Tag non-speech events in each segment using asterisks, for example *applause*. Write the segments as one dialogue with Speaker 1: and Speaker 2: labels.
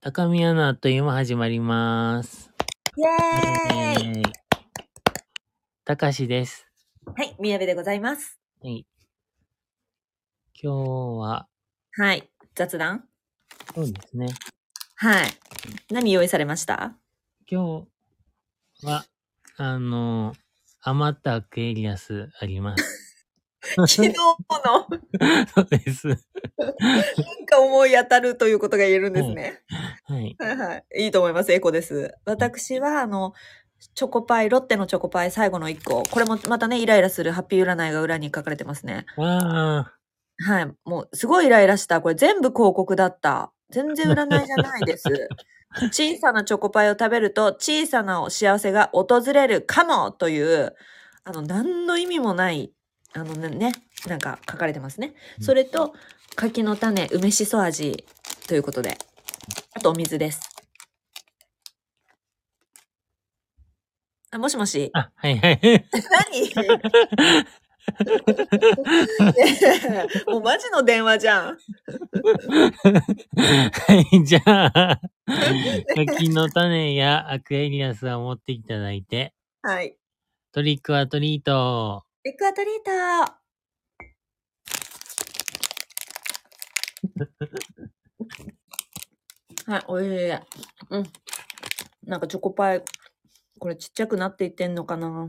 Speaker 1: 高宮のあっという間始まります。
Speaker 2: イエー
Speaker 1: え
Speaker 2: イ
Speaker 1: ー、たかしです。
Speaker 2: はい、みやべでございます。
Speaker 1: はい。今日は、
Speaker 2: はい、雑談
Speaker 1: そうですね。
Speaker 2: はい。何用意されま *laughs* した
Speaker 1: 今日は、あの、余ったアクエリアスあります。
Speaker 2: 昨日の
Speaker 1: そうです。
Speaker 2: なんか思い当たるということが言えるんですね。
Speaker 1: はい。
Speaker 2: はいはい。いいと思います。エコです。私は、あの、チョコパイ、ロッテのチョコパイ最後の1個。これもまたね、イライラするハッピー占いが裏に書かれてますね。
Speaker 1: わあ、
Speaker 2: はい。もう、すごいイライラした。これ全部広告だった。全然占いじゃない
Speaker 1: *laughs*
Speaker 2: です。小さなチョコパイを食べると、小さな幸せが訪れるかもという、あの、何の意味もない、あのね、なんか書かれてますね。
Speaker 1: うん
Speaker 2: それと、柿の種、梅しそ味ということで。あと、お水です。あ、もしもし。
Speaker 1: あ、はいはい。
Speaker 2: 何 *laughs* ねえもうマジの電話じゃん。
Speaker 1: はい、じゃあ、柿の種やアクエリアスを持っていただいて、
Speaker 2: はい。
Speaker 1: トリックはトリート。
Speaker 2: リクアトリート。 *laughs* はい、おいしい。うん。なんかチョコパイ、これちっちゃくなっていってんのかな。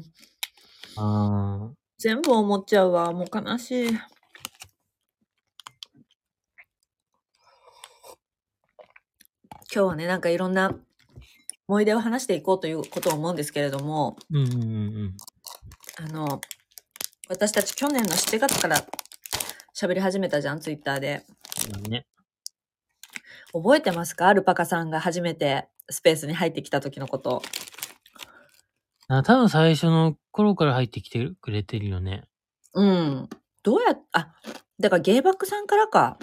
Speaker 1: あ
Speaker 2: 全部思っちゃうわ。もう悲しい。今日はね、なんかいろんな思い出を話していこうということを思うんですけれども、
Speaker 1: ーうんうんうん。
Speaker 2: あの、私たち去年の7月から喋り始めたじゃん、ツイッターで。
Speaker 1: そうね。
Speaker 2: 覚えてますかアルパカさんが初めてスペースに入ってきた時のこと。
Speaker 1: あ、多分最初の頃から入ってきてるくれてるよね。
Speaker 2: うん。どうやっ、あ、だからゲイバックさんからか。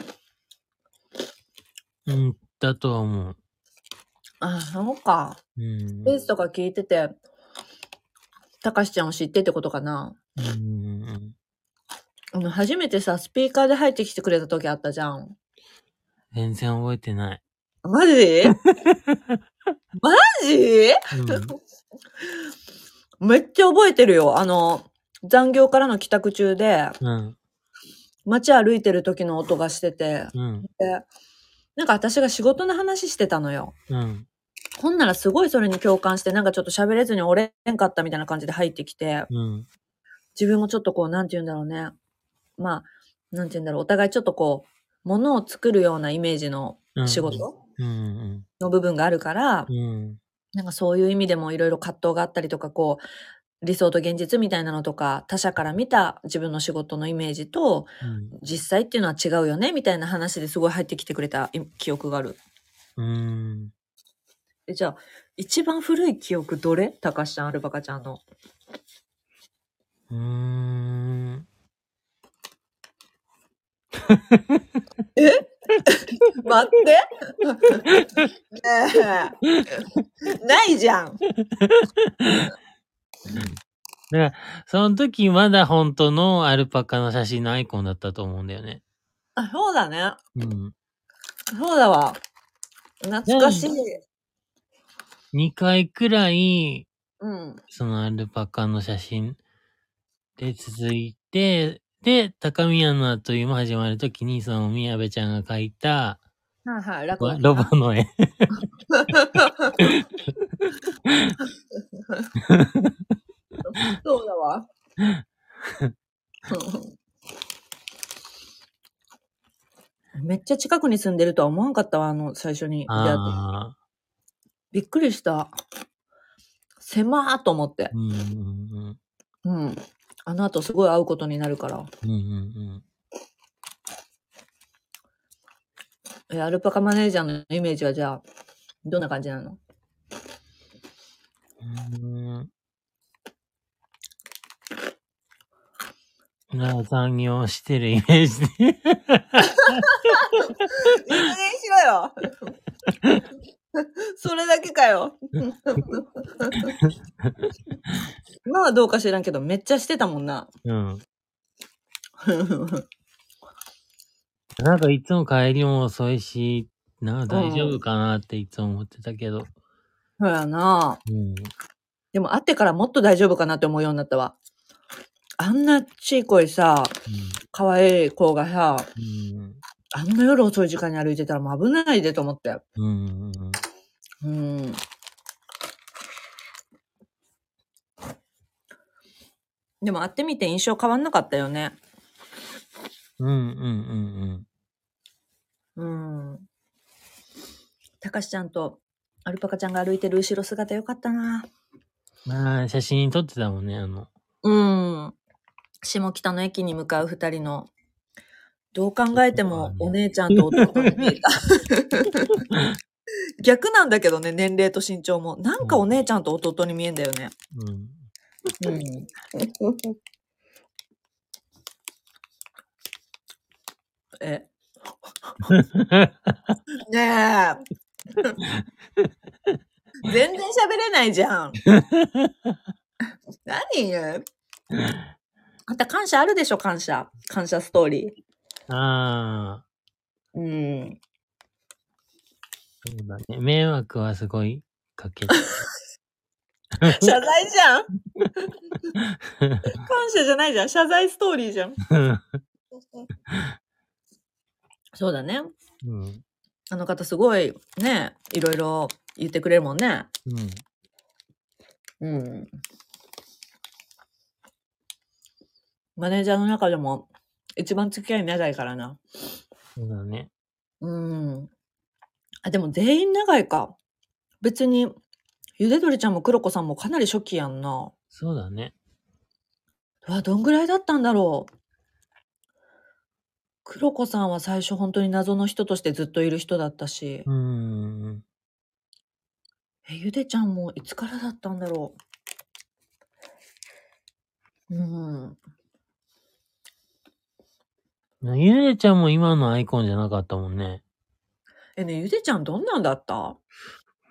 Speaker 1: うん、だとは思う。
Speaker 2: あ、そうか。
Speaker 1: うん。
Speaker 2: ベースとか聞いてて、たかしちゃんを知ってってことかな。
Speaker 1: うんうんうん
Speaker 2: あの、初めてさ、スピーカーで入ってきてくれた時あったじゃん。
Speaker 1: 全然覚えてない。
Speaker 2: マジ *laughs* マジ
Speaker 1: うん、
Speaker 2: めっちゃ覚えてるよ。あの、残業からの帰宅中で、
Speaker 1: うん、
Speaker 2: 街歩いてる時の音がしてて、
Speaker 1: うん、
Speaker 2: でなんか私が仕事の話してたのよ。
Speaker 1: うん、
Speaker 2: ほんならすごいそれに共感して、なんかちょっと喋れずに折れんかったみたいな感じで入ってきて、
Speaker 1: うん、
Speaker 2: 自分もちょっとこう、なんて言うんだろうね。まあ、なんて言うんだろう。お互いちょっとこう、ものを作るようなイメージの
Speaker 1: うん。
Speaker 2: 仕事
Speaker 1: うん、
Speaker 2: の部分があるから、
Speaker 1: うん、うん、
Speaker 2: なんかそういう意味でもいろいろ葛藤があったりとか、こう、理想と現実みたいなのとか、他者から見た自分の仕事のイメージと、
Speaker 1: うん
Speaker 2: 実際っていうのは違うよね、みたいな話ですごい入ってきてくれたい記憶がある。
Speaker 1: うん。
Speaker 2: え、じゃあ、一番古い記憶どれたかしちゃん、アルバカちゃんの。
Speaker 1: うーん。
Speaker 2: *laughs* 待って *laughs* ねえ。ないじゃん。
Speaker 1: その時まだ本当のアルパカの写真のアイコンだったと思うんだよね。
Speaker 2: あ、そうだね。
Speaker 1: うん。
Speaker 2: そうだわ。懐かしい。
Speaker 1: 2回くらい、
Speaker 2: うん。
Speaker 1: そのアルパカの写真で続いて、で、高宮のあっという間始まるときに、その宮部ちゃんが描いた
Speaker 2: はいはい、楽 *laughs*
Speaker 1: わロボの絵。
Speaker 2: そうだわ。 *laughs* めっちゃ近くに住んでるとは思わんかったわ、あの、最初に出会って。
Speaker 1: ああ。
Speaker 2: びっくりした。狭ーと思って
Speaker 1: う。んうん
Speaker 2: うん。あの後すごい会うことになるから。
Speaker 1: うん。うんうん
Speaker 2: え、アルパカマネージャーのイメージはじゃあ、どんな感じなの
Speaker 1: うん。うーん。が残業してるイメージで。
Speaker 2: 実現しろよ *laughs* それだけかよ *laughs* 今はどうか知らんけどめっちゃしてたもんな *laughs*
Speaker 1: うん。なんかいつも帰りも遅いし、な、大丈夫かなっていつも思ってたけど。
Speaker 2: そうやな。
Speaker 1: うん。
Speaker 2: でも会ってからもっと大丈夫かなって思うようになったわ。あんなちいこいさ、可愛い子がさ、
Speaker 1: うん。
Speaker 2: あんな夜遅い時間に歩いてたらもう危ないでと思って。
Speaker 1: うん。うん。うん
Speaker 2: うん。でも会ってみて印象変わんなかったよね。
Speaker 1: うん。うん。
Speaker 2: うん。たかしちゃんとアルパカちゃんが歩いてる後ろ姿よかったな。
Speaker 1: うん。まあ、写真撮ってたもんね、あの。
Speaker 2: うん。下北の駅に向かう二人の、どう考えてもお姉ちゃんと弟に見えた。 *laughs* 逆なんだけどね、年齢と身長も。なんかお姉ちゃんと弟に見えんだよね。
Speaker 1: うん。
Speaker 2: うん。 *laughs* え。ねえ。全然喋れないじゃん。何あんた感謝あるでしょ感謝。感謝ストーリ
Speaker 1: ああ、
Speaker 2: ー。うん。
Speaker 1: そうだね。迷惑はすごいかけた。
Speaker 2: 謝罪じゃ *laughs* ん感謝じゃないじゃん。謝罪ストーリーじゃん。そうだね。
Speaker 1: うん。うん。
Speaker 2: あの方すごいね、いろいろ言ってくれるもんね。うん。マネージャーの中でも一番付き合い長いからな。
Speaker 1: そうだね。
Speaker 2: うん。あ、でも全員長いか。別に、ゆでどりちゃんもくろこさんもかなり初期やんな。
Speaker 1: そうだね。
Speaker 2: うわ、どんぐらいだったんだろう。くろこさんは最初本当に謎の人としてずっといる人だったし
Speaker 1: う、ん。
Speaker 2: え、ゆでちゃんもいつからだったんだろう。うん。
Speaker 1: ゆでちゃんも今のアイコンじゃなかったもんね。
Speaker 2: え、ね、ゆでちゃんどんなんだった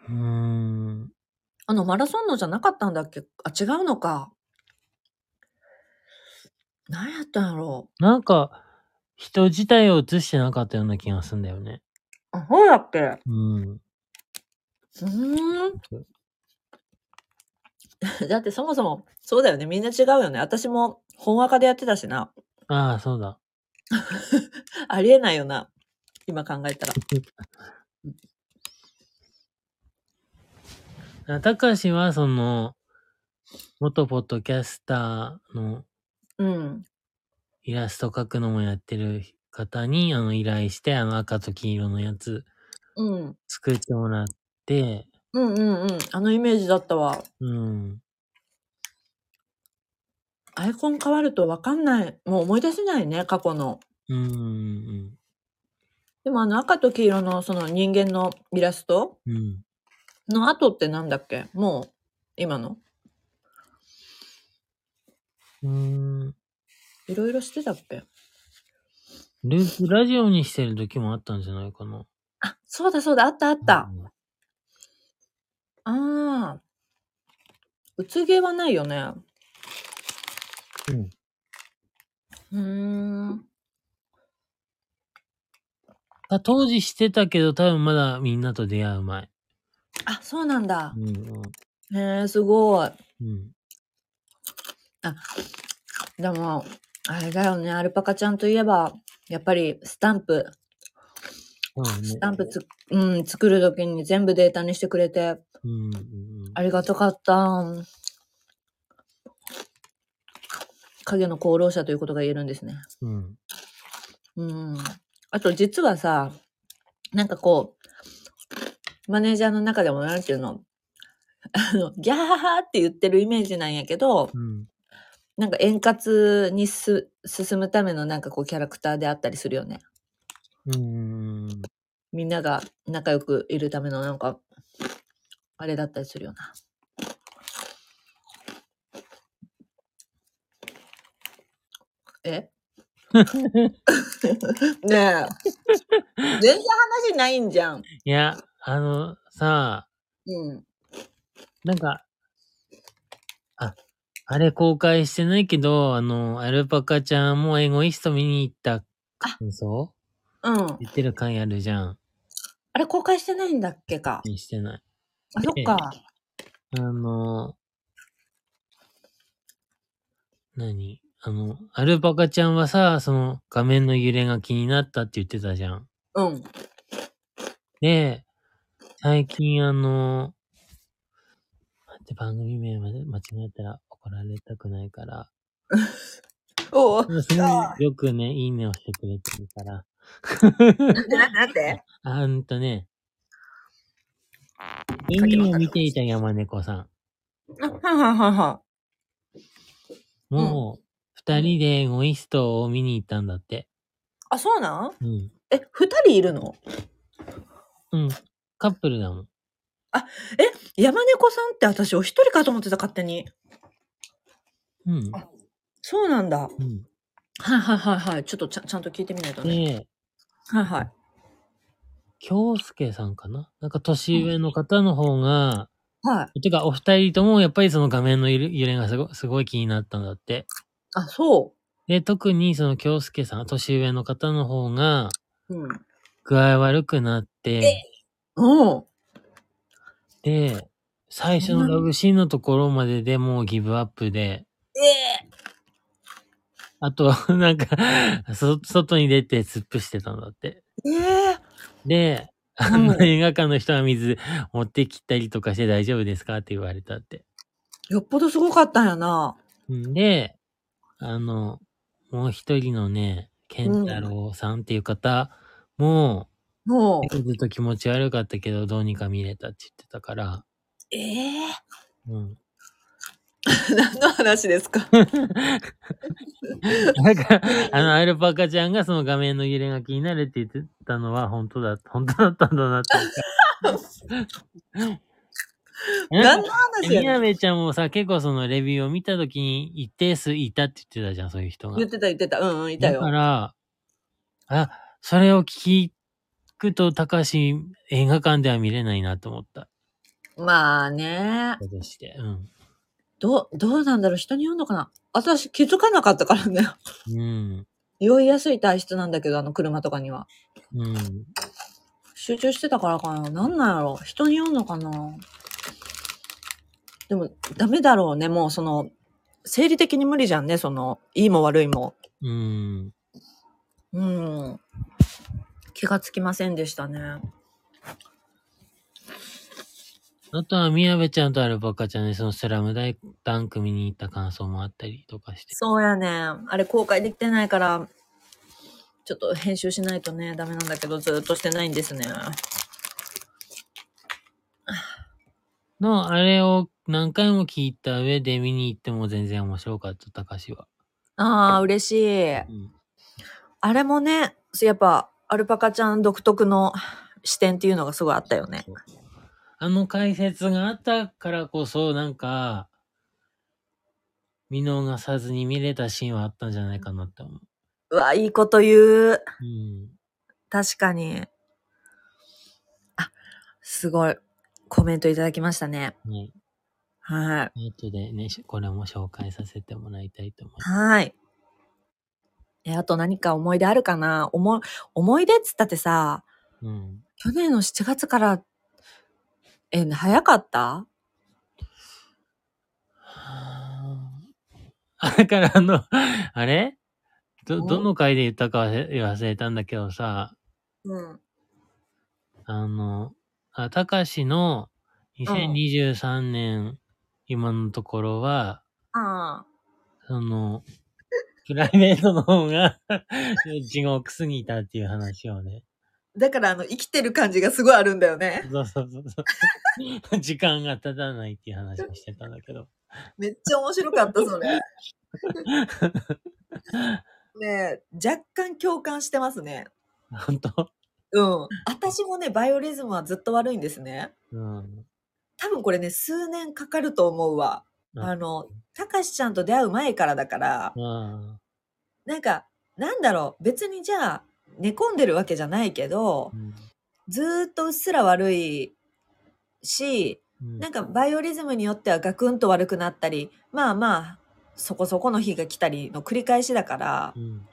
Speaker 1: うーん。
Speaker 2: あの、マラソンのじゃなかったんだっけあ、違うのか。何やったんやろ
Speaker 1: なんか、人自体を映してなかったような気がすんだよね。
Speaker 2: う。あ、そうだっけう
Speaker 1: うん。
Speaker 2: ーん。 *laughs* だってそもそも、そうだよね。みんな違うよね。私も、本赤でやってたしな。
Speaker 1: ああ、そうだ。
Speaker 2: ありえないよな。今考えたら。
Speaker 1: あたかしは、その、元ポッドキャスターの
Speaker 2: うん。
Speaker 1: イラスト描くのもやってる方に、あの、依頼して、あの、赤と黄色のやつ
Speaker 2: うん。
Speaker 1: 作ってもらって、
Speaker 2: うんうんうん。あのイメージだったわ。
Speaker 1: うん。
Speaker 2: アイコン変わるとわかんない。もう思い出せないね、過去の。
Speaker 1: うんうん。
Speaker 2: でもあの赤と黄色のその人間のイラスト
Speaker 1: うん。
Speaker 2: の後ってなんだっけもう、今の。
Speaker 1: うん。うん。
Speaker 2: いろいろしてたっけ
Speaker 1: ループラジオにしてる時もあったんじゃないかな。
Speaker 2: あ、そうだそうだ、あったあった
Speaker 1: う。ん
Speaker 2: ああ。うつげはないよね。
Speaker 1: うん。
Speaker 2: うーん。
Speaker 1: あ当時してたけど、多分まだみんなと出会う前。
Speaker 2: あ、そうなんだ。
Speaker 1: うん
Speaker 2: へえ、すごい。
Speaker 1: うん。うん。
Speaker 2: でも、あれだよね、アルパカちゃんといえば、やっぱりスタンプ、
Speaker 1: そうだね
Speaker 2: スタンプつ、うん、作るときに全部データにしてくれて、
Speaker 1: うんうんうん
Speaker 2: ありがたかった。影の功労者ということが言えるんですね。
Speaker 1: うん。
Speaker 2: うん。あと実はさ、なんかこう、マネージャーの中でもなんていうの、 *laughs* あの、ギャーハハって言ってるイメージなんやけど、
Speaker 1: うん。
Speaker 2: なんか円滑にす進むためのなんかこうキャラクターであったりするよね。
Speaker 1: うん。うん。
Speaker 2: みんなが仲良くいるためのなんか、あれだったりするよな。え *laughs* ねえ。全然話ないんじゃん。
Speaker 1: いや、あの、さあ、
Speaker 2: うん。
Speaker 1: なんか、あ、あれ公開してないけど、あの、アルパカちゃんもエゴイスト見に行った
Speaker 2: あ
Speaker 1: 感想
Speaker 2: うん。
Speaker 1: 言ってる回あるじゃん。
Speaker 2: あれ公開してないんだっけか。
Speaker 1: にしてない。
Speaker 2: あ、そっか。
Speaker 1: あの、何あの、アルパカちゃんはさ、その画面の揺れが気になったって言ってたじゃん。
Speaker 2: うん。
Speaker 1: で、最近あの、待って、番組名まで間違えたら怒られたくないから。
Speaker 2: おう
Speaker 1: すごいよくね、いいねをしてくれてるから。
Speaker 2: なんでなんでなんで
Speaker 1: あうんとね、海を見ていた山猫さん。
Speaker 2: あはんはんはんは
Speaker 1: もう、二人でエゴイストを見に行ったんだって。
Speaker 2: あ、そうなん
Speaker 1: うん。
Speaker 2: え、二人いるの
Speaker 1: うん。カップルだもん。
Speaker 2: 山猫さんって私お一人かと思ってた、勝手に。
Speaker 1: うん。
Speaker 2: そうなんだ。
Speaker 1: うん。
Speaker 2: はいはいはいはい。ちょっとちゃんちゃんと聞いてみないとね。
Speaker 1: で、
Speaker 2: はいはい。
Speaker 1: 京介さんかななんか年上の方の方が、
Speaker 2: はい。
Speaker 1: てかお二人ともやっぱりその画面の揺れ揺れがすごすごい気になったんだって。
Speaker 2: あ、そ
Speaker 1: で、特にその京介さん、年上の方の方が
Speaker 2: う。うん。
Speaker 1: 具合悪くなって、
Speaker 2: うん。
Speaker 1: で、最初のラブシーンのところまででもうギブアップで、
Speaker 2: ええ
Speaker 1: あと、 *laughs* なんか、そ、外に出て突っ伏してたんだって。
Speaker 2: ええ
Speaker 1: で、あ
Speaker 2: うん
Speaker 1: の映画館の人は水持ってきたりとかして大丈夫ですかって言われたって。
Speaker 2: よっぽどすごかったんやな。
Speaker 1: んで、あの、もう一人のね、健太郎さんっていう方も、
Speaker 2: もう。
Speaker 1: ずっと気持ち悪かったけど、どうにか見れたって言ってたから、
Speaker 2: ええ
Speaker 1: うん。
Speaker 2: *laughs* 何の話ですか
Speaker 1: だから、 *laughs* あの、アルパカちゃんがその画面の揺れが気になるって言ってたのは本当だ、本当だったんだなって
Speaker 2: *laughs*
Speaker 1: いうか。
Speaker 2: 何の話
Speaker 1: み
Speaker 2: やねん
Speaker 1: やべちゃんもさ、結構そのレビューを見たときに一定数いたって言ってたじゃん、そういう人が。
Speaker 2: 言ってた言ってた。うんうん、いたよ
Speaker 1: だか。ら、あ、それを聞くと、たかし、映画館では見れないなと思った。
Speaker 2: まあね。
Speaker 1: そうして。うん。
Speaker 2: どう、どうなんだろう人によるのかな私気づかなかったからね。 *laughs*
Speaker 1: うん。
Speaker 2: 酔いやすい体質なんだけど、あの車とかには。
Speaker 1: うん。
Speaker 2: 集中してたからかな。なんなんやろ人によるのかなでも、ダメだろうね。もうその、生理的に無理じゃんね。その、いいも悪いも。
Speaker 1: うん。
Speaker 2: うん。気がつきませんでしたね。
Speaker 1: あとは、みやべちゃんとアルパカちゃんで、そのスラムダンク見に行った感想もあったりとかして。
Speaker 2: そうやね。あれ公開できてないから、ちょっと編集しないとね、ダメなんだけど、ずっとしてないんですね。
Speaker 1: の、あれを何回も聞いた上で見に行っても全然面白かった、たかしは。
Speaker 2: ああ、嬉しい。
Speaker 1: うん。
Speaker 2: あれもね、やっぱ、アルパカちゃん独特の視点っていうのがすごいあったよね。
Speaker 1: あの解説があったからこそ、なんか、見逃さずに見れたシーンはあったんじゃないかなって思う。
Speaker 2: うわ、いいこと言う。
Speaker 1: うん。
Speaker 2: 確かに。あ、すごい。コメントいただきましたね。
Speaker 1: はい。
Speaker 2: はい。
Speaker 1: 後でね、しこれも紹介させてもらいたいと思います。
Speaker 2: はい。え、あと何か思い出あるかな思い、思い出っつったってさ、
Speaker 1: うん。
Speaker 2: 去年の7月から、え、早かった
Speaker 1: はあだからあの、あれど、どの回で言ったか忘れ忘れたんだけどさ、
Speaker 2: うん。
Speaker 1: あの、あ、たかしの2023年、今のところは、
Speaker 2: ああ。
Speaker 1: その、プライベートの方が *laughs* 地獄すぎたっていう話をね。
Speaker 2: だから、あの、生きてる感じがすごいあるんだよね。
Speaker 1: そうそうそうそう。 *laughs* 時間が経たないっていう話をしてたんだけど。
Speaker 2: めっちゃ面白かった、そ *laughs* れ。ねえ若干共感してますね。
Speaker 1: 本当
Speaker 2: うん。私もね、バイオリズムはずっと悪いんですね。
Speaker 1: うん。
Speaker 2: 多分これね、数年かかると思うわ。
Speaker 1: うん
Speaker 2: あの、たかしちゃんと出会う前からだから、
Speaker 1: まあ、
Speaker 2: なんか、なんだろう、別にじゃあ、寝込んでるわけじゃないけど
Speaker 1: う、ん。
Speaker 2: ずーっとうっすら悪いし、
Speaker 1: うん
Speaker 2: なんかバイオリズムによってはガクンと悪くなったり、まあまあ、そこそこの日が来たりの繰り返しだから
Speaker 1: う、ん。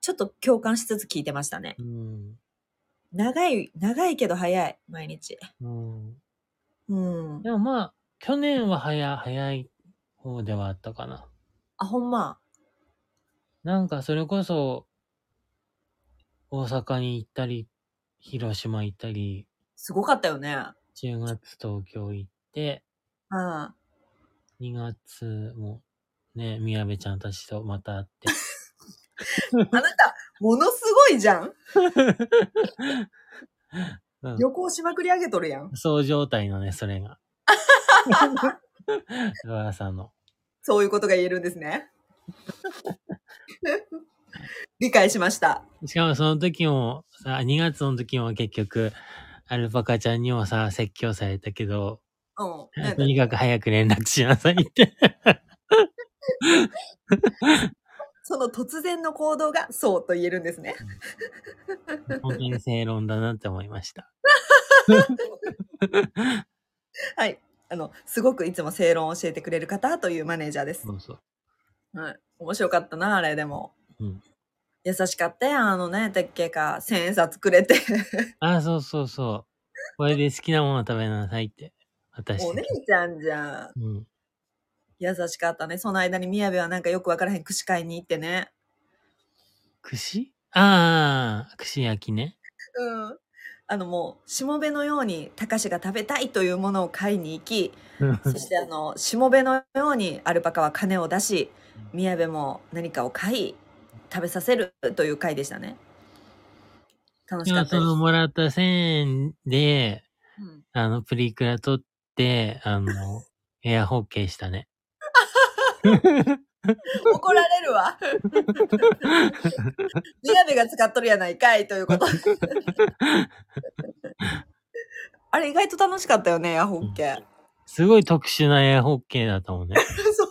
Speaker 2: ちょっと共感しつつ聞いてましたね。
Speaker 1: うん。
Speaker 2: 長い、長いけど早い、毎日。
Speaker 1: うん。
Speaker 2: うん。
Speaker 1: でもまあ、去年は早、早い方ではあったかな。
Speaker 2: あ、ほんま。
Speaker 1: なんかそれこそ、大阪に行ったり、広島行ったり、
Speaker 2: すごかったよね。あ
Speaker 1: 10月東京行って、
Speaker 2: あ。
Speaker 1: 2月もね、宮部ちゃんたちとまた会って。 *laughs*
Speaker 2: あなた、ものすごいじゃん
Speaker 1: うん
Speaker 2: 旅行しまくり上げとるや
Speaker 1: *laughs*
Speaker 2: ん。
Speaker 1: そう状態のね、それが。ロアさんの。
Speaker 2: そういうことが言えるんですね。理解しました。
Speaker 1: しかもその時もさ、2月の時も結局、アルパカちゃんにもさ、説教されたけど、
Speaker 2: うん。
Speaker 1: とにかく早く連絡しなさいって。
Speaker 2: その突然の行動がそうと言えるんですね。
Speaker 1: 本当に正論だなって思いました。
Speaker 2: はい。あの、すごくいつも正論を教えてくれる方というマネージャーです
Speaker 1: そ。うそう。
Speaker 2: はい。面白かったな、あれでも。
Speaker 1: うん
Speaker 2: 優しかったやん、あのね、てっけか、千円札くれ
Speaker 1: *laughs*
Speaker 2: て。
Speaker 1: あ、そうそうそう。これで好きなもの食べなさいって。私。
Speaker 2: お姉ちゃんじゃん。
Speaker 1: うん。
Speaker 2: 優しかったね。その間に宮部はなんかよくわからへん串買いに行ってね。
Speaker 1: 串ああ、串焼きね。
Speaker 2: うん。あのもう、しもべのように、たかしが食べたいというものを買いに行き、そしてあの、しもべのようにアルパカは金を出し、宮部も何かを買い、食べさせるという回でしたね。楽しか
Speaker 1: 今
Speaker 2: った
Speaker 1: そ
Speaker 2: です。
Speaker 1: のもらった1000円で、
Speaker 2: うん
Speaker 1: あの、プリクラ撮って、あの、エアホッケーしたね。
Speaker 2: 怒られるわ。宮部が使っとるやないかいということ。あれ意外と楽しかったよね、ヤホッケー。
Speaker 1: すごい特殊なエアホッケーだったもんね。 *laughs*
Speaker 2: *laughs* そう。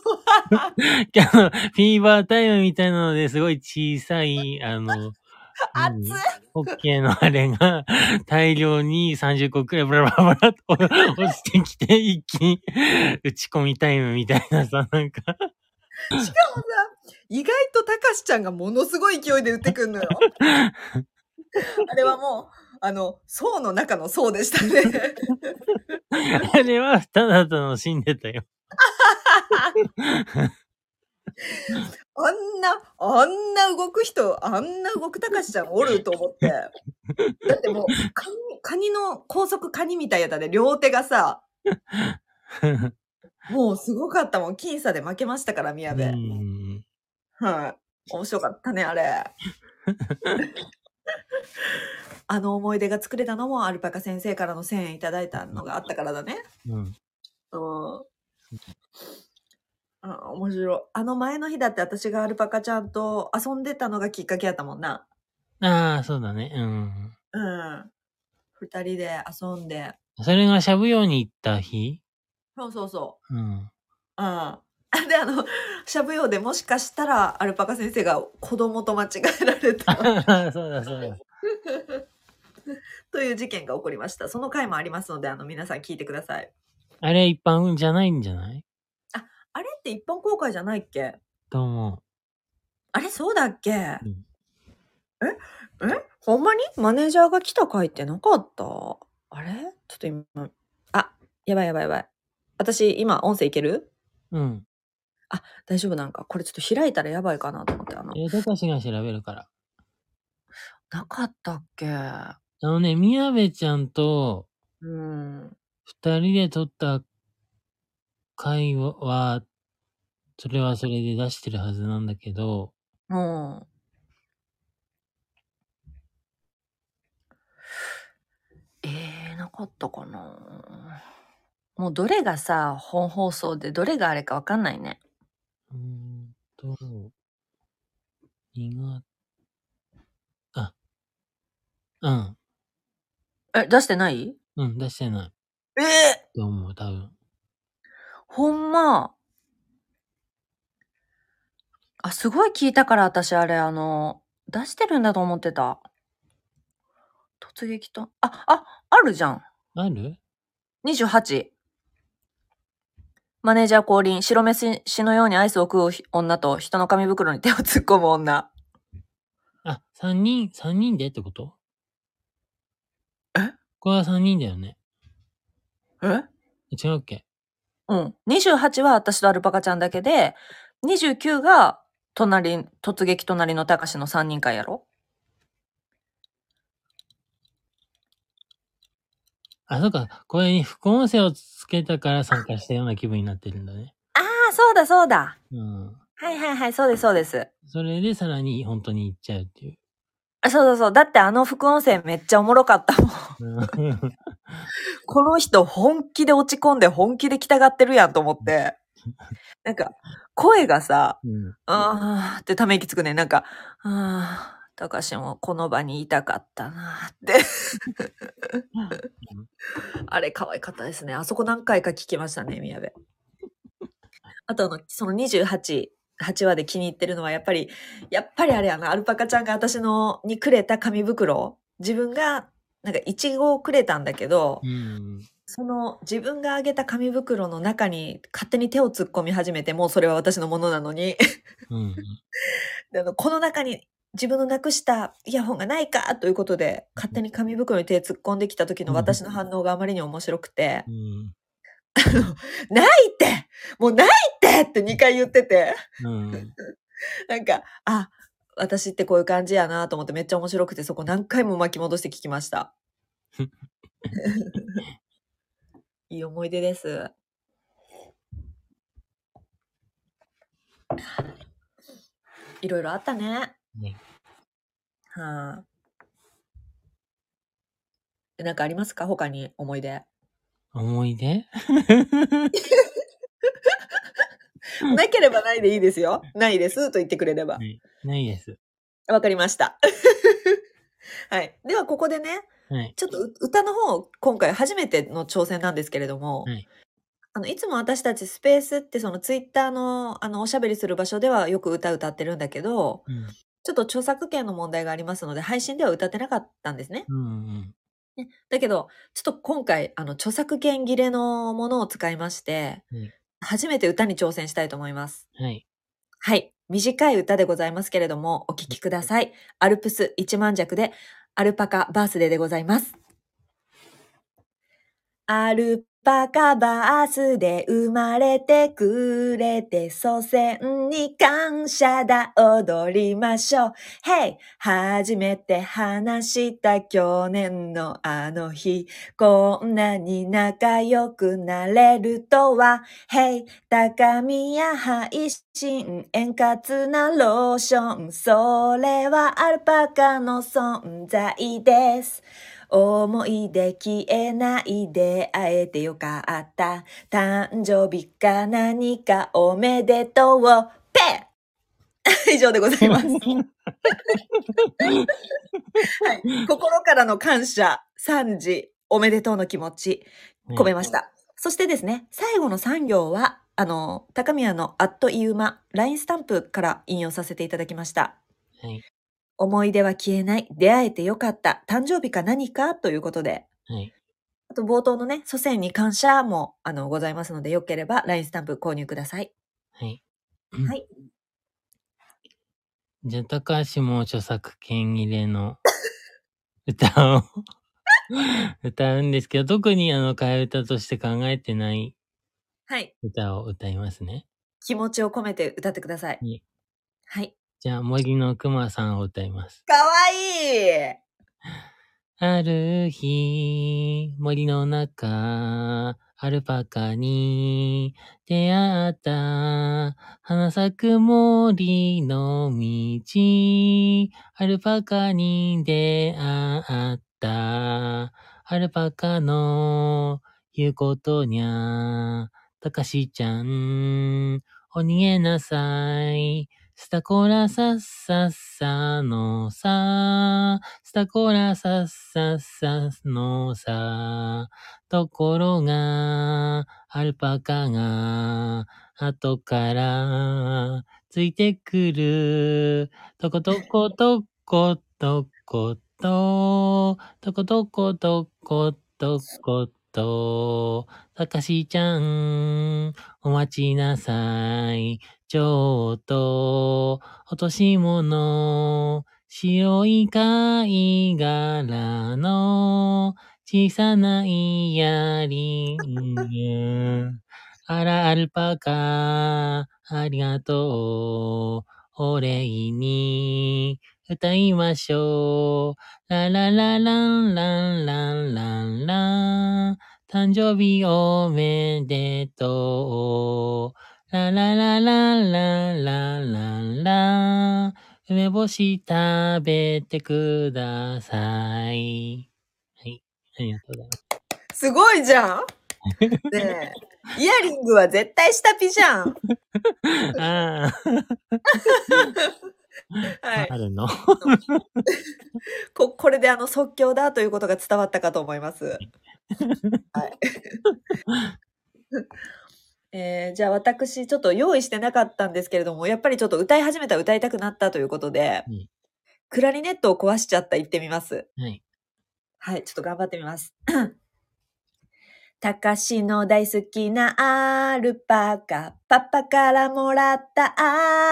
Speaker 1: あのフィーバータイムみたいなのですごい小さい、あの、
Speaker 2: 熱
Speaker 1: 何
Speaker 2: い
Speaker 1: ホッケーのあれが大量に30個くらいブラブラブラと落ちてきて、一気に打ち込みタイムみたいなさ、なんか、
Speaker 2: 意外とたかしちゃんがものすごい勢いで打ってくん
Speaker 1: *laughs*
Speaker 2: のよ。あれはもう、あの、層の中の層でしたね。
Speaker 1: あれはただ楽しんでたよ。
Speaker 2: あんな、あんな動く人、あんな動くたかしちゃんおると思って。だってもう、カニ、カニの高速カニみたいやったで、両手がさ、もうすごかったもん。僅差で負けましたから、宮部。
Speaker 1: う
Speaker 2: はい、
Speaker 1: ん
Speaker 2: 面白かったね、あれ。あの思い出が作れたのもアルパカ先生からの1000円いただいたのがあったからだね。
Speaker 1: うん。
Speaker 2: うん。あ面白い。あの前の日だって私がアルパカちゃんと遊んでたのがきっかけやったもんな。
Speaker 1: ああ、そうだね。うん。
Speaker 2: うん。二人で遊んで。
Speaker 1: それがしゃぶ用に行った日
Speaker 2: そうそうそう。
Speaker 1: うん。 *laughs*
Speaker 2: ああ。 *laughs* で、あの、しゃぶ用でもしかしたらアルパカ先生が子供と間違えられた
Speaker 1: そうだそうだ。
Speaker 2: という事件が起こりました。その回もありますので、あの、皆さん聞いてください。
Speaker 1: あれ一般じゃないんじゃない
Speaker 2: あれって一般公開じゃないっけ
Speaker 1: と思
Speaker 2: あれそうだっけ、え
Speaker 1: ん
Speaker 2: えほんまにマネージャーが来た回ってなかったあれちょっと今、あ、やばいやばいやばい。私、今、音声いける
Speaker 1: う。うん。
Speaker 2: 大丈夫なんかこれちょっと開いたらやばいかなと思って、あの、
Speaker 1: え、たかしが調べるから。
Speaker 2: なかったっけ
Speaker 1: あのね、宮部ちゃんと
Speaker 2: うん。
Speaker 1: 二人で撮った回は、それはそれで出してるはずなんだけど、
Speaker 2: うん。えー、なかったかなもうどれがさ、本放送でどれがあれかわかんないね。
Speaker 1: うーんと、2月、あ、うん、
Speaker 2: え、出してない
Speaker 1: うん、出してない
Speaker 2: えー、
Speaker 1: と思う、多分。
Speaker 2: ほんま。あ、すごい聞いたから私あれ、あの、出してるんだと思ってた。突撃と、あ、あ、あるじゃん。
Speaker 1: ある
Speaker 2: 28マネージャー降臨白飯のようにアイスを食う女と人の紙袋に手を突っ込む女
Speaker 1: あ、三人、三人でってことこは3人だよね。
Speaker 2: え
Speaker 1: 違うっけ
Speaker 2: うん。28は私とアルパカちゃんだけで、29が隣、突撃隣のたかしの3人会やろ
Speaker 1: あ、そうか。これに副音声をつけたから参加したような気分になってるんだね。
Speaker 2: ああ、そうだそうだ。
Speaker 1: うん。
Speaker 2: はいはいはい、そうですそうです。
Speaker 1: それでさらに本当に行っちゃうっていう。
Speaker 2: あそうそうそう。だってあの副音声めっちゃおもろかったもん。
Speaker 1: うん
Speaker 2: *laughs* この人本気で落ち込んで本気で来たがってるやんと思 *laughs* って。なんか、声がさ、
Speaker 1: うん。
Speaker 2: あーってため息つくね。なんか、あー、たかしもこの場にいたかったなーって。あれ可愛かったですね。あそこ何回か聞きましたね、宮部。あとあの、その28、8話で気に入ってるのは、やっぱり、やっぱりあれやな、アルパカちゃんが私の、にくれた紙袋。自分が、なんか、イチゴをくれたんだけど、
Speaker 1: うん。
Speaker 2: その自分があげた紙袋の中に勝手に手を突っ込み始めて、もうそれは私のものなのに、
Speaker 1: うん。
Speaker 2: であのこの中に自分のなくしたイヤホンがないかということで、勝手に紙袋に手突っ込んできた時の私の反応があまりに面白くて
Speaker 1: う、ん。
Speaker 2: ないってもうないってって2回言ってて、
Speaker 1: うん。
Speaker 2: なんか、あ、私ってこういう感じやなと思ってめっちゃ面白くて、そこ何回も巻き戻して聞きました。いい思い出です。いろいろあったね。
Speaker 1: ね
Speaker 2: はあ。なんかありますか他に思い出。
Speaker 1: 思い出
Speaker 2: なければないでいいですよ。ないですと言ってくれれば。
Speaker 1: ないです。
Speaker 2: わかりました。 *laughs* はい。では、ここでね、
Speaker 1: はい。
Speaker 2: ちょっとう歌の方、今回初めての挑戦なんですけれども、
Speaker 1: はい
Speaker 2: あのいつも私たちスペースってそのツイッターのあのおしゃべりする場所ではよく歌歌ってるんだけど、
Speaker 1: うん。
Speaker 2: ちょっと著作権の問題がありますので、配信では歌ってなかったんですね。
Speaker 1: うん。うん
Speaker 2: だけど、ちょっと今回、あの著作権切れのものを使いまして、
Speaker 1: うん
Speaker 2: 初めて歌に挑戦したいと思います。
Speaker 1: はい。
Speaker 2: はい。短い歌でございますけれども、お聴きください。アルプス一万弱で、アルパカバースデーでございます。アルパカバースデー生まれてくれて祖先に感謝だ踊りましょう。Hey! 初めて話した去年のあの日。こんなに仲良くなれるとは。Hey! 高宮配信円滑なローション。それはアルパカの存在です。思い出消えないで会えてよかった。誕生日か何かおめでとう。ペッ *laughs* 以上でございます。はい。心からの感謝、3時、おめでとうの気持ち。込めました。そしてですね、最後の3行は、あの、高宮のあっという間、LINE スタンプから引用させていただきました。
Speaker 1: はい。
Speaker 2: 思い出は消えない、出会えてよかった、誕生日か何かということで、
Speaker 1: はい。
Speaker 2: あと冒頭のね、祖先に感謝も、あの、ございますので、よければ LINE スタンプ購入ください。
Speaker 1: はい。
Speaker 2: はい。
Speaker 1: じゃあ、高橋も著作権入れの歌を歌うんですけど、特にあの、替え歌として考えてない
Speaker 2: はい。
Speaker 1: 歌を歌いますね。
Speaker 2: 気持ちを込めて歌ってください
Speaker 1: はい。
Speaker 2: はい。
Speaker 1: じゃあ、森のくまさんを歌います。
Speaker 2: かわいい
Speaker 1: ある日、森の中、アルパカに出会った。花咲く森の道、アルパカに出会った。アルパカの言うことにゃ、たかしちゃん、お逃げなさい。スタコラさっさっさのさ、スタコラさっさっさのさ、ところが、アルパカが、後から、ついてくる、とことことことこと、とことことことこと、たかしちゃん、お待ちなさい。ちょっと、落とし物、白い貝殻の小さなイヤリング。あら、アルパカ、ありがとう。お礼に歌いましょう。ラララランランランランラン。誕生日おめでとう。ラララランランランランラン。梅干し食べてください。はい。ありがとうございます。
Speaker 2: すごい
Speaker 1: *laughs*
Speaker 2: じゃんねえ。イヤリングは絶対下ピじゃん。
Speaker 1: ああ、
Speaker 2: はい
Speaker 1: あ。るの
Speaker 2: ここれであの即興だということが伝わったかと思います。はい。 *laughs* えーじゃあ私ちょっと用意してなかったんですけれども、やっぱりちょっと歌い始めたら歌いたくなったということで、
Speaker 1: うん
Speaker 2: クラリネットを壊しちゃった行ってみます。
Speaker 1: はい。
Speaker 2: はい、ちょっと頑張ってみます。 *clears throat* たかしの大好きなアルパカ。パパからもらった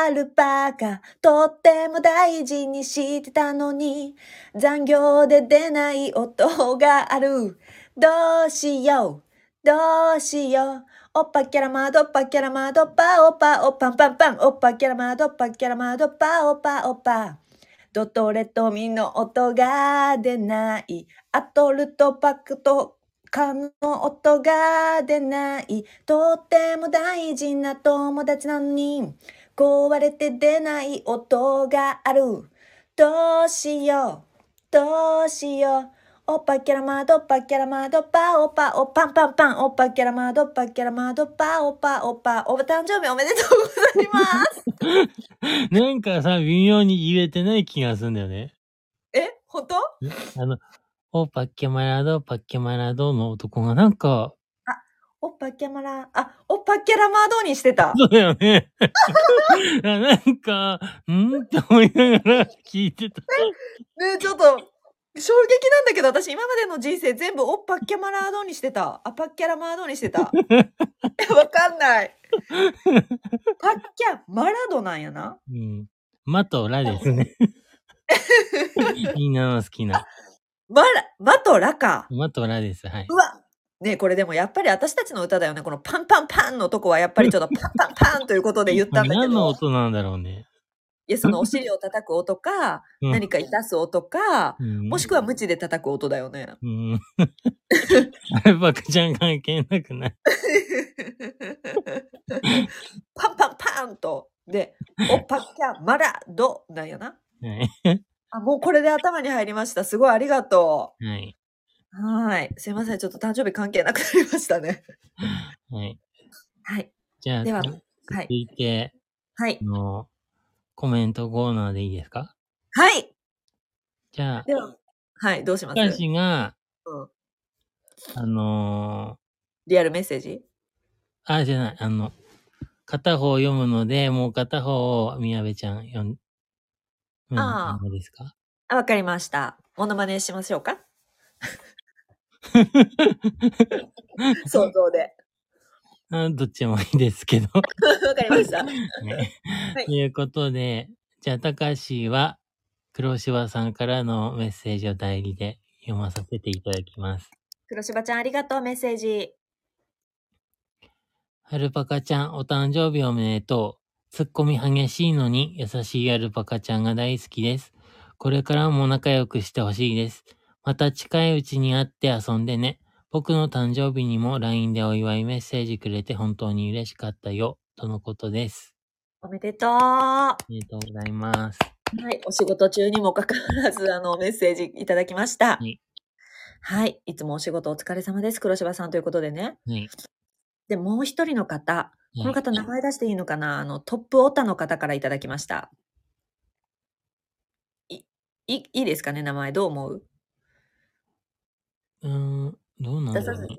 Speaker 2: アルパカ。とっても大事にしてたのに、残業で出ない音がある。どうしよう、どうしよう。おっぱキャラマド、おっぱキャラマド、パオパオパンパンパン。おっぱキャラマド、おっぱキャラマド、パオパオパ。ドトレとミの音が出ない。アトルとパクとカの音が出ない。とっても大事な友達なのに、壊れて出ない音がある。どうしよう、どうしよう。おっぱキャラマド、おっぱキャラマド、パオパオパンパンパン。おっぱキャラマド、おっぱキャラマド、パオパオパ。お誕生日おめでとうございます。
Speaker 1: なんかさ、微妙に言えてない気がするんだよね。
Speaker 2: え、本当
Speaker 1: あの、おパッケマラド、パッケマラドの男がなんか、
Speaker 2: おっぱキャマラ、あ、おっぱキャラマードにしてた。
Speaker 1: そうだよね。 *laughs* あなんか、んって思いながら聞いてた。
Speaker 2: ねえちょっと、衝撃なんだけど、私今までの人生全部おっぱキャマラードにしてた。あ、パッキャラマードにし
Speaker 1: *laughs*
Speaker 2: てた。えわかんない。パッキャマラドなんやな。
Speaker 1: うん。マとラです
Speaker 2: *laughs*
Speaker 1: ね。みんなの好きな。
Speaker 2: マラ、マとラか。
Speaker 1: マとラです。はい。
Speaker 2: うわねえこれでもやっぱり私たちの歌だよね。このパンパンパンのとこはやっぱりちょっとパンパンパンということで言ったんだけ
Speaker 1: 何の
Speaker 2: ど、
Speaker 1: 音なんだろうね。
Speaker 2: いや、そのお尻を叩く音か、
Speaker 1: うん
Speaker 2: 何かいたす音か、
Speaker 1: うん、
Speaker 2: もしくは鞭で叩く音だよね。
Speaker 1: うん。 *laughs* あれ、バカちゃん関係なくない。
Speaker 2: パンパンパンと。で、おっぱっきゃまらどなんやな。
Speaker 1: はい。
Speaker 2: あ、もうこれで頭に入りました。すごいありがと
Speaker 1: はい。
Speaker 2: う。はーい。すいません。ちょっと誕生日関係なくなりましたね。
Speaker 1: はい。
Speaker 2: はい。
Speaker 1: じゃあ、
Speaker 2: では
Speaker 1: 続
Speaker 2: はい。
Speaker 1: いて、
Speaker 2: はい
Speaker 1: あ。の、コメントコーナーでいいですか
Speaker 2: はい。
Speaker 1: じゃあ、
Speaker 2: では、はい。どうします、
Speaker 1: 彼氏が、
Speaker 2: うん
Speaker 1: あの
Speaker 2: リアルメッセージ
Speaker 1: ーあ、じゃない、あの、片方読むので、もう片方を宮部ちゃん読ん、読んで
Speaker 2: あー
Speaker 1: もいいですか
Speaker 2: あ、わかりました。モノマネしましょうか。想像で。 *laughs*
Speaker 1: あどっちもいいですけど。
Speaker 2: わかりました。
Speaker 1: ね
Speaker 2: *laughs* はい
Speaker 1: ということで、じゃあ、たかしは、黒柴さんからのメッセージを代理で読まさせていただきます。
Speaker 2: 黒柴ちゃん、ありがとう。メッセージ。
Speaker 1: アルパカちゃん、お誕生日おめでとう。ツッコミ激しいのに優しいアルパカちゃんが大好きです。これからも仲良くしてほしいです。また近いうちに会って遊んでね。僕の誕生日にも LINE でお祝いメッセージくれて本当に嬉しかったよ。とのことです。
Speaker 2: おめでとう。
Speaker 1: ありがとうございます。
Speaker 2: はい、お仕事中にもかかわらず、あの、メッセージいただきまし
Speaker 1: は
Speaker 2: た。
Speaker 1: い
Speaker 2: はい、いつもお仕事お疲れ様です、黒柴さんということでね。
Speaker 1: はい。
Speaker 2: で、もう一人の方、この方
Speaker 1: はい
Speaker 2: 名前出していいのかなあの、トップオタの方からいただきました。い、いい、いいですかね名前どう思う
Speaker 1: うーん、どうなんだろうね。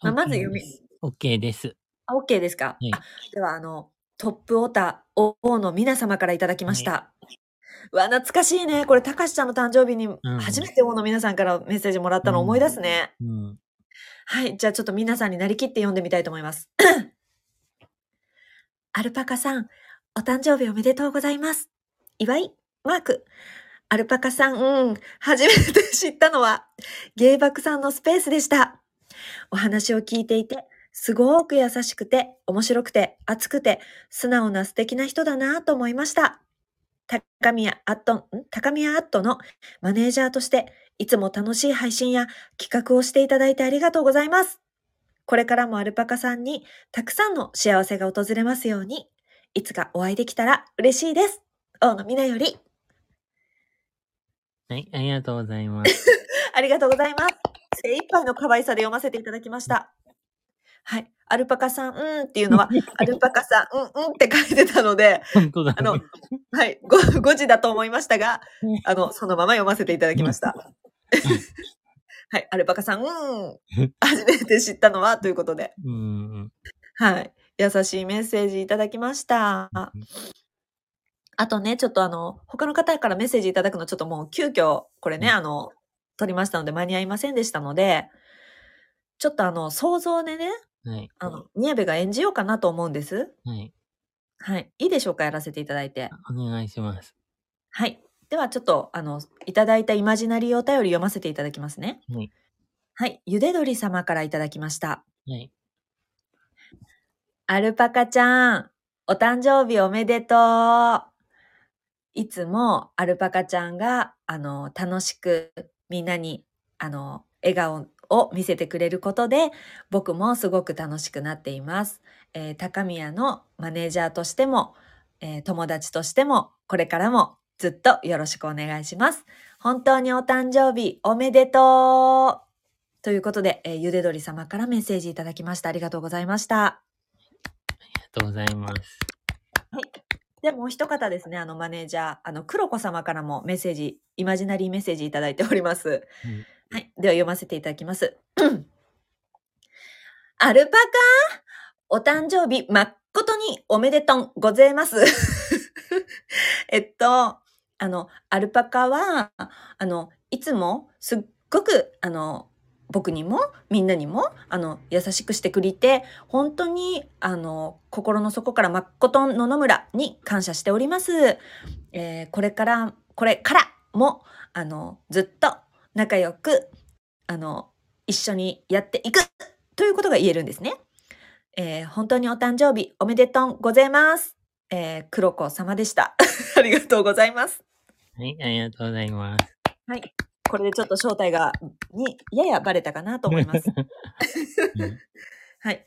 Speaker 2: まあまず読み
Speaker 1: OK です。OK です。
Speaker 2: あ、OK ですか、
Speaker 1: はい
Speaker 2: あでは、あの、トップオタ王の皆様からいただきました。うわ、懐かしいね。これ、たかしちゃんの誕生日に
Speaker 1: ん
Speaker 2: 初めて王の皆さんからメッセージもらったの思い出すね。
Speaker 1: うん。
Speaker 2: はい、じゃあちょっと皆さんになりきって読んでみたいと思います。 *clears throat* アルパカさん、お誕生日おめでとうございます。祝い、マーク。アルパカさん、うん、初めて知ったのは、ゲイバクさんのスペースでした。お話を聞いていて、すごく優しくて、面白くて、熱くて、素直な素敵な人だなと思いました。高宮アットン、ん高宮アットのマネージャーとして、いつも楽しい配信や企画をしていただいてありがとうございます。これからもアルパカさんに、たくさんの幸せが訪れますように、いつかお会いできたら嬉しいです。大野美奈より、
Speaker 1: はい、ありがとうござい
Speaker 2: *laughs*
Speaker 1: ます。
Speaker 2: ありがとうございます。精一杯の可愛さで読ませていただきました。はい。アルパカさん、うんっていうの
Speaker 1: *laughs*
Speaker 2: は、アルパカさん、うん、うんって書いてたので、
Speaker 1: 本当だ、ね。
Speaker 2: あの、はい、ご5時だと思いましたが、あの、そのまま読ませていただきました。はい。アルパカさん、うん。初めて知ったのは、ということで。
Speaker 1: うん。
Speaker 2: はい。優しいメッセージいただきました。あとね、ちょっとあの、他の方からメッセージいただくのちょっともう急遽、これね、
Speaker 1: うん
Speaker 2: あの、取りましたので間に合いませんでしたので、ちょっとあの、想像でね、
Speaker 1: はい。
Speaker 2: あの、宮部が演じようかなと思うんです。
Speaker 1: はい。
Speaker 2: はい。いいでしょうかやらせていただいて。
Speaker 1: お願いします。
Speaker 2: はい。ではちょっと、あの、いただいたイマジナリーお便り読ませていただきますね。
Speaker 1: はい。
Speaker 2: はい。ゆで鳥様からいただきました。
Speaker 1: はい。
Speaker 2: アルパカちゃん、お誕生日おめでとう。いつもアルパカちゃんが、あの、楽しくみんなに、あの、笑顔を見せてくれることで、僕もすごく楽しくなっています。えー高宮のマネージャーとしても、えー友達としても、これからもずっとよろしくお願いします。本当にお誕生日おめでとうということで、えーゆでどり様からメッセージいただきました。ありがとうございました。
Speaker 1: ありがとうございます。
Speaker 2: でもう一方ですね、あのマネージャー、あの黒子様からもメッセージ、イマジナリーメッセージいただいております。
Speaker 1: うん
Speaker 2: はい、では読ませていただきます。 *clears throat* アルパカお誕生日、誠におめでとんございます。 *laughs* えっと、あの、アルパカは、あの、いつもすっごく、あの、僕にもみんなにもあの優しくしてくれて本当にあの心の底からまっことん野々村に感謝しております、えーこれからこれからもあのずっと仲良くあの一緒にやっていくということが言えるんですね、えー本当にお誕生日おめでとうございます、えー、黒子様でした *laughs* ありがとうございます
Speaker 1: はい。ありがとうございます。
Speaker 2: はいこれでちょっと正体がにややバレたかなと思います
Speaker 1: *laughs* うん
Speaker 2: はい。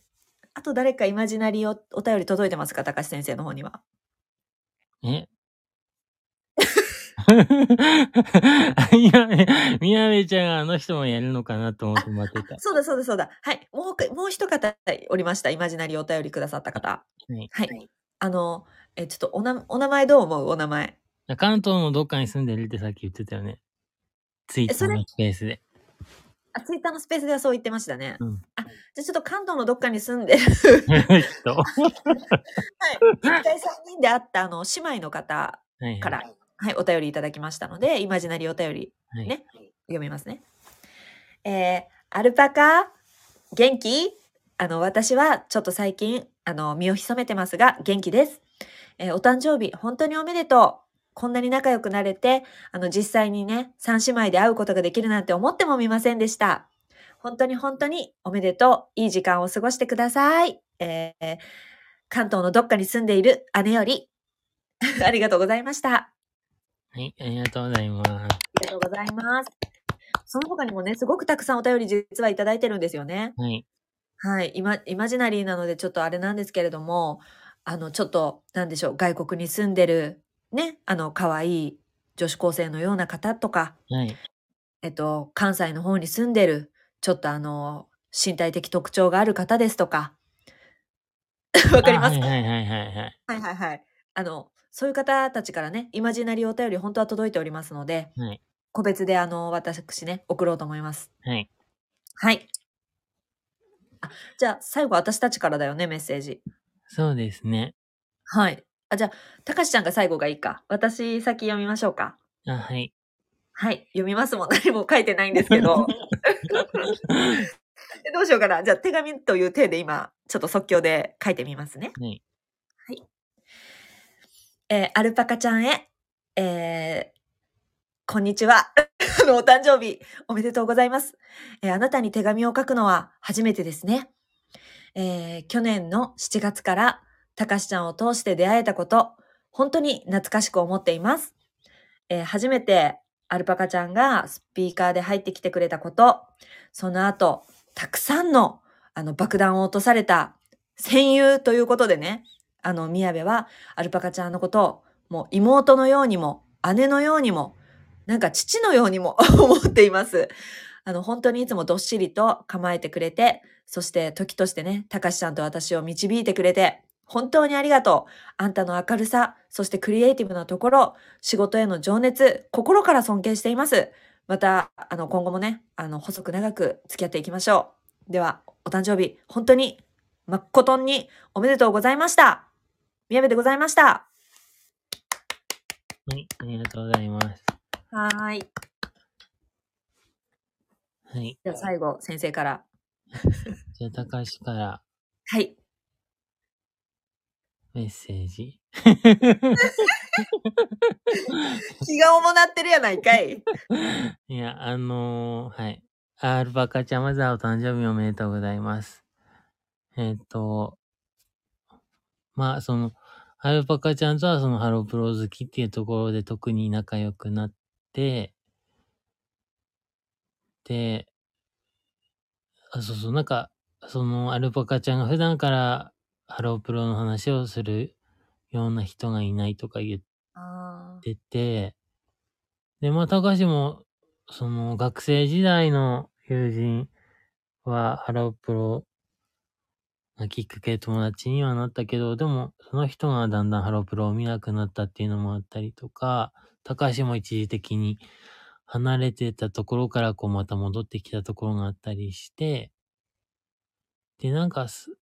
Speaker 2: あと誰かイマジナリーおお便り届いてますか高橋先生の方には。
Speaker 1: え *laughs* いや、みやべちゃんがあの人もやるのかなと思って待ってた。
Speaker 2: そうだそうだそうだ。はい。もうか、もう一方おりました。イマジナリーお便りくださった方。
Speaker 1: はい。
Speaker 2: はい。あの、え、ちょっとおな、お名前どう思うお名前。
Speaker 1: 関東のどっかに住んでるってさっき言ってたよね。ツイッターのスペースで。 *laughs*
Speaker 2: あ、ツイッターのスペースではそう言ってましたね。
Speaker 1: うん
Speaker 2: あ、じゃあちょっと関東のどっかに住ん
Speaker 1: *laughs*
Speaker 2: でる、
Speaker 1: 人。は
Speaker 2: 一回3人で会ったあの、姉妹の方
Speaker 1: い
Speaker 2: か
Speaker 1: は
Speaker 2: ら、はい、お便りいただきましたので、イマジナリーお便り
Speaker 1: い。
Speaker 2: ね読みますね。えーアルパカ、元気あの、私はちょっと最近、あの、身を潜めてますが、元気です。えーお誕生日、本当におめでとう。こんなに仲良くなれて、あの、実際にね、三姉妹で会うことができるなんて思ってもみませんでした。本当に本当におめでとう。いい時間を過ごしてください。えー関東のどっかに住んでいる姉より、 *laughs* ありがとうございました。
Speaker 1: はい。ありがとうございます。
Speaker 2: ありがとうございます。その他にもね、すごくたくさんお便り実はいただいてるんですよね。
Speaker 1: はい。
Speaker 2: はい。イマイマジナリーなのでちょっとあれなんですけれども、あの、ちょっと、なんでしょう、外国に住んでる、ね、あの、可愛い女子高生のような方とか、
Speaker 1: はい。
Speaker 2: えっと、関西の方に住んでる、ちょっとあの、身体的特徴がある方ですとか、 *laughs* わ
Speaker 1: わ
Speaker 2: かります
Speaker 1: は
Speaker 2: か
Speaker 1: いはいはいはいはい。
Speaker 2: はいはいはい。あの、そういう方たちからね、イマジナリーお便り本当は届いておりますので、
Speaker 1: はい
Speaker 2: 個別であの、私ね、送ろうと思います。
Speaker 1: はい。
Speaker 2: はい。あじゃあ、最後私たちからだよね、メッセージ。
Speaker 1: そうですね。
Speaker 2: はい。あ、じゃあ、たかしちゃんが最後がいいか。私、先読みましょうか。
Speaker 1: あ、はい。
Speaker 2: はい。読みますもん。何も書いてないんです
Speaker 1: *laughs*
Speaker 2: けど。どうしようかな。じゃあ、手紙という手で今、ちょっと即興で書いてみますね。
Speaker 1: はい。
Speaker 2: えーアルパカちゃんへ、えーこんにちは。 *laughs* あのお誕生日、おめでとうございます。えーあなたに手紙を書くのは初めてですね。えー去年の7月から、たかしちゃんを通して出会えたこと、本当に懐かしく思っています。えー初めてアルパカちゃんがスピーカーで入ってきてくれたこと、その後、たくさんのあの爆弾を落とされた戦友ということでね、あの、宮部はアルパカちゃんのことを、もう妹のようにも、姉のようにも、なんか父のようにも *laughs* 思っています。あの、本当にいつもどっしりと構えてくれて、そして時としてね、たかしちゃんと私を導いてくれて、本当にありがとう。あんたの明るさ、そしてクリエイティブなところ、仕事への情熱、心から尊敬しています。また、あの、今後もね、あの、細く長く付き合っていきましょう。では、お誕生日、本当に、まっことんにおめでとうございました。宮部でございました。
Speaker 1: はい、ありがとうございます。
Speaker 2: はーい。
Speaker 1: はい。
Speaker 2: じゃあ最後、先生から。
Speaker 1: じゃあ、高橋から
Speaker 2: はい。
Speaker 1: メッセージ。
Speaker 2: 気が重なってるやないかい。
Speaker 1: いや、あのーはい。アルパカちゃん、まずはお誕生日おめでとうございます。えーっ、と、まあ、その、アルパカちゃんとはそのハロプロ好きっていうところで特に仲良くなって、で、あ、そうそう、なんか、そのアルパカちゃんが普段からハロプロの話をするような人がいないとか言って
Speaker 2: *laughs* あ
Speaker 1: ってて、で、まあ、高橋も、その、学生時代の友人は、ハロプロがきっかけで友達にはなったけど、でも、その人がだんだんハロプロを見なくなったっていうのもあったりとか、高橋も一時的に離れてたところから、こう、また戻ってきたところがあったりして、で、なんかす、う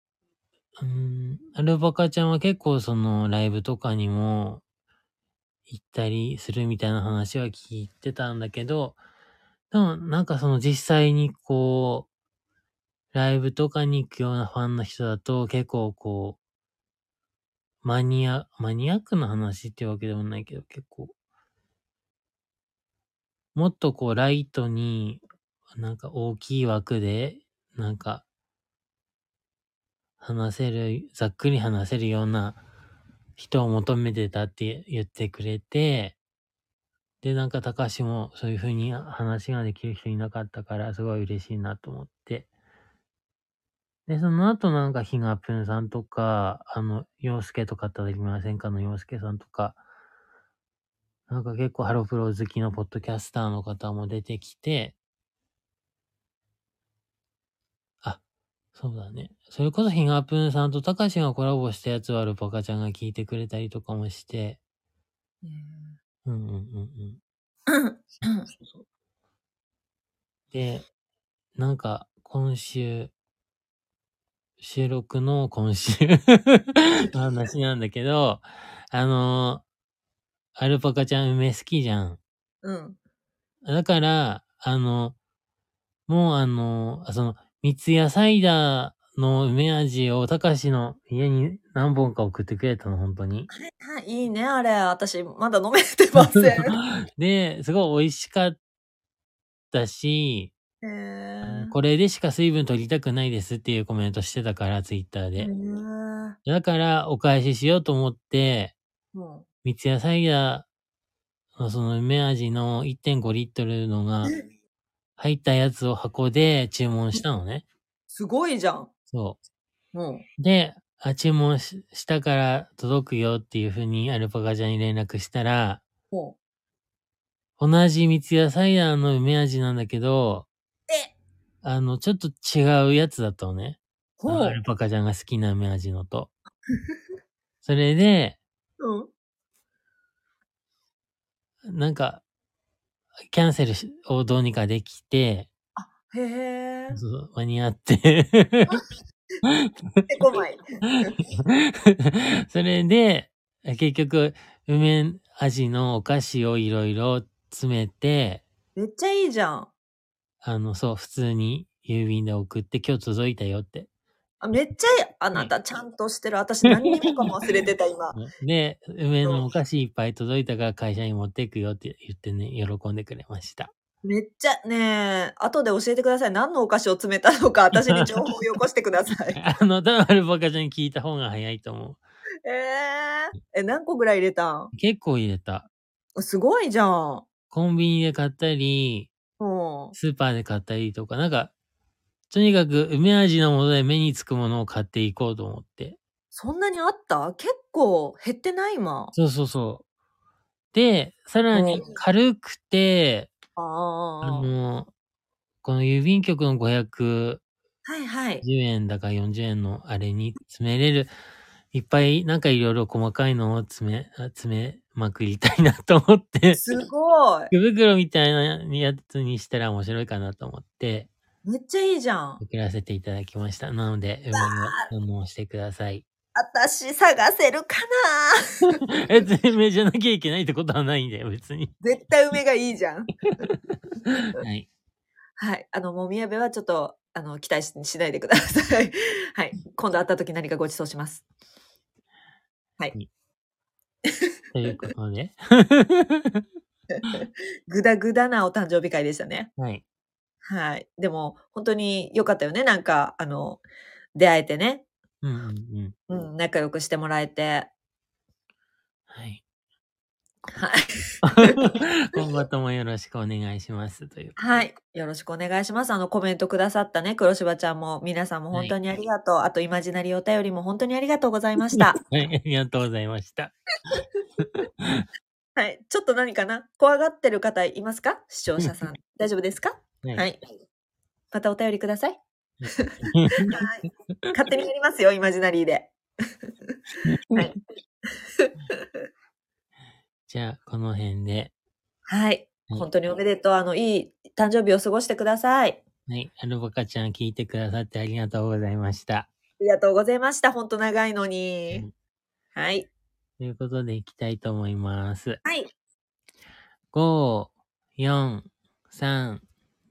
Speaker 1: ーん、アルバカちゃんは結構その、ライブとかにも、行ったりするみたいな話は聞いてたんだけど、でもなんかその実際にこう、ライブとかに行くようなファンの人だと結構こう、マニア、マニアックな話ってわけでもないけど結構、もっとこうライトになんか大きい枠でなんか話せる、ざっくり話せるような人を求めてたって言ってくれて、で、なんか高橋もそういう風に話ができる人いなかったから、すごい嬉しいなと思って。で、その後なんか、ひがぷんさんとか、あの、洋介とかいただきませんかの洋介さんとか、なんか結構ハロプロ好きのポッドキャスターの方も出てきて、あ、そうだね。それこそひがぷんさんとたかしがコラボしたやつはアルパカちゃんが聞いてくれたりとかもして、うんうんうんうん。そうそうそうで、なんか、今週、収録の今週 *laughs* の話なんだけど、あのアルパカちゃん梅好きじゃん。
Speaker 2: うん。
Speaker 1: だから、あの、もうあの、あその、三ツ矢サイダーの梅味を、たかしの家に何本か送ってくれたの、本当に。
Speaker 2: あいいね、あれ。私、まだ飲めてま *laughs* せん。
Speaker 1: *laughs* で、すごい美味しかったし、
Speaker 2: へー
Speaker 1: これでしか水分取りたくないですっていうコメントしてたから、ツイッター
Speaker 2: へ
Speaker 1: で。
Speaker 2: ー
Speaker 1: だから、お返ししようと思って、
Speaker 2: も
Speaker 1: 三ツ矢サイダーのその梅味の1.5リットルのが入ったやつを箱で注文したのね。
Speaker 2: う、すごいじゃん。
Speaker 1: そう。
Speaker 2: もう。
Speaker 1: で、あ、注文ししたから届くよっていうふうにアルパカちゃんに連絡したら、
Speaker 2: も
Speaker 1: 同じ三ツ矢サイダーの梅味なんだけど、
Speaker 2: う。え
Speaker 1: あの、ちょっと違うやつだったのね。
Speaker 2: ほ
Speaker 1: アルパカちゃんが好きな梅味のと。それで、
Speaker 2: う。
Speaker 1: なんか、キャンセルしをどうにかできて、
Speaker 2: うん。へえ。
Speaker 1: そう間に合って。
Speaker 2: てこまい。
Speaker 1: それで、結局、梅味のお菓子をいろいろ詰めて、
Speaker 2: めっちゃいいじゃん。
Speaker 1: あの、そう、普通に郵便で送って今日届いたよって
Speaker 2: あめっちゃいい。あなたちゃんとしてる。私何にもかも忘れてた、 *laughs* 今。
Speaker 1: で、梅のお菓子いっぱい届いたから会社に持ってくよって言ってね、喜んでくれました。
Speaker 2: めっちゃ、ねえ、後で教えてください。何のお菓子を詰めたのか、私に情報をよこしてくださ *laughs* い。
Speaker 1: あの、多分アルパカちゃんに聞いた方が早いと思
Speaker 2: えええ、何個ぐらい入れたん
Speaker 1: う。結構入れた。
Speaker 2: すごいじゃん。
Speaker 1: コンビニで買ったり、
Speaker 2: うん。
Speaker 1: スーパーで買ったりとか、なんか、とにかく梅味のもので目につくものを買っていこうと思って。
Speaker 2: そんなにあった結構減ってない今。
Speaker 1: そうそうそう。で、さらに
Speaker 2: うん
Speaker 1: 軽くて、
Speaker 2: あ
Speaker 1: あ
Speaker 2: あ。
Speaker 1: の、この郵便局の510
Speaker 2: はいはい。
Speaker 1: 円だか40円のあれに詰めれる、いっぱいなんかいろいろ細かいのを詰め、あ詰めまくりたいなと思
Speaker 2: *laughs*
Speaker 1: って、
Speaker 2: すごい。
Speaker 1: 福袋みたいなやつにしたら面白いかなと思って、
Speaker 2: めっちゃいいじゃん。
Speaker 1: 送らせていただきました。なので、梅を注文してください。 *laughs*
Speaker 2: 私探せるかな
Speaker 1: え、全名じゃなきゃいけないってことはないんだよ、別
Speaker 2: *laughs*
Speaker 1: に。
Speaker 2: 絶対梅がいいじゃん。
Speaker 1: はい。
Speaker 2: はい。あの、もみあべはちょっと、あの、期待し *laughs* しないでください。 *laughs* はい。今度会った時何かご馳走します。
Speaker 1: ということで。 *laughs*
Speaker 2: ぐだぐだなお誕生日会でしたね。
Speaker 1: はい。
Speaker 2: はい。でも、本当に良かったよね。なんか、あの、出会えてね。
Speaker 1: うんうんうん。
Speaker 2: うん、仲良くしてもらえて。
Speaker 1: はい。 *laughs*
Speaker 2: はい。 *laughs*
Speaker 1: 今後ともよろしくお願いします。という。
Speaker 2: はい。よろしくお願いします。あの、コメントくださったね、黒柴ちゃんも、皆さんも本当にありがとう。あと、イマジナリーお便りも本当にありがとうございま *laughs* した。
Speaker 1: はい。ありがとうございました。
Speaker 2: はい。ちょっと何かな怖がってる方いますか視聴者さん。大丈夫ですか
Speaker 1: は。
Speaker 2: はいい。またお便りください。はい。勝手にやりますよ、イマジナリーで。はい
Speaker 1: *laughs* じゃあ、この辺で。
Speaker 2: は
Speaker 1: は
Speaker 2: い。
Speaker 1: い
Speaker 2: 本当におめでとう。あの、いい誕生日を過ごしてください。
Speaker 1: はい。アルバカちゃん聞いてくださってありがとうございました。
Speaker 2: ありがとうございました。本当長いのに。はい。
Speaker 1: ということで、いきたいと思います。
Speaker 2: はい。
Speaker 1: 5、4、3、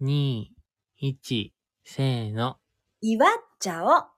Speaker 1: 2、1、せーの。
Speaker 2: 祝っちゃおう。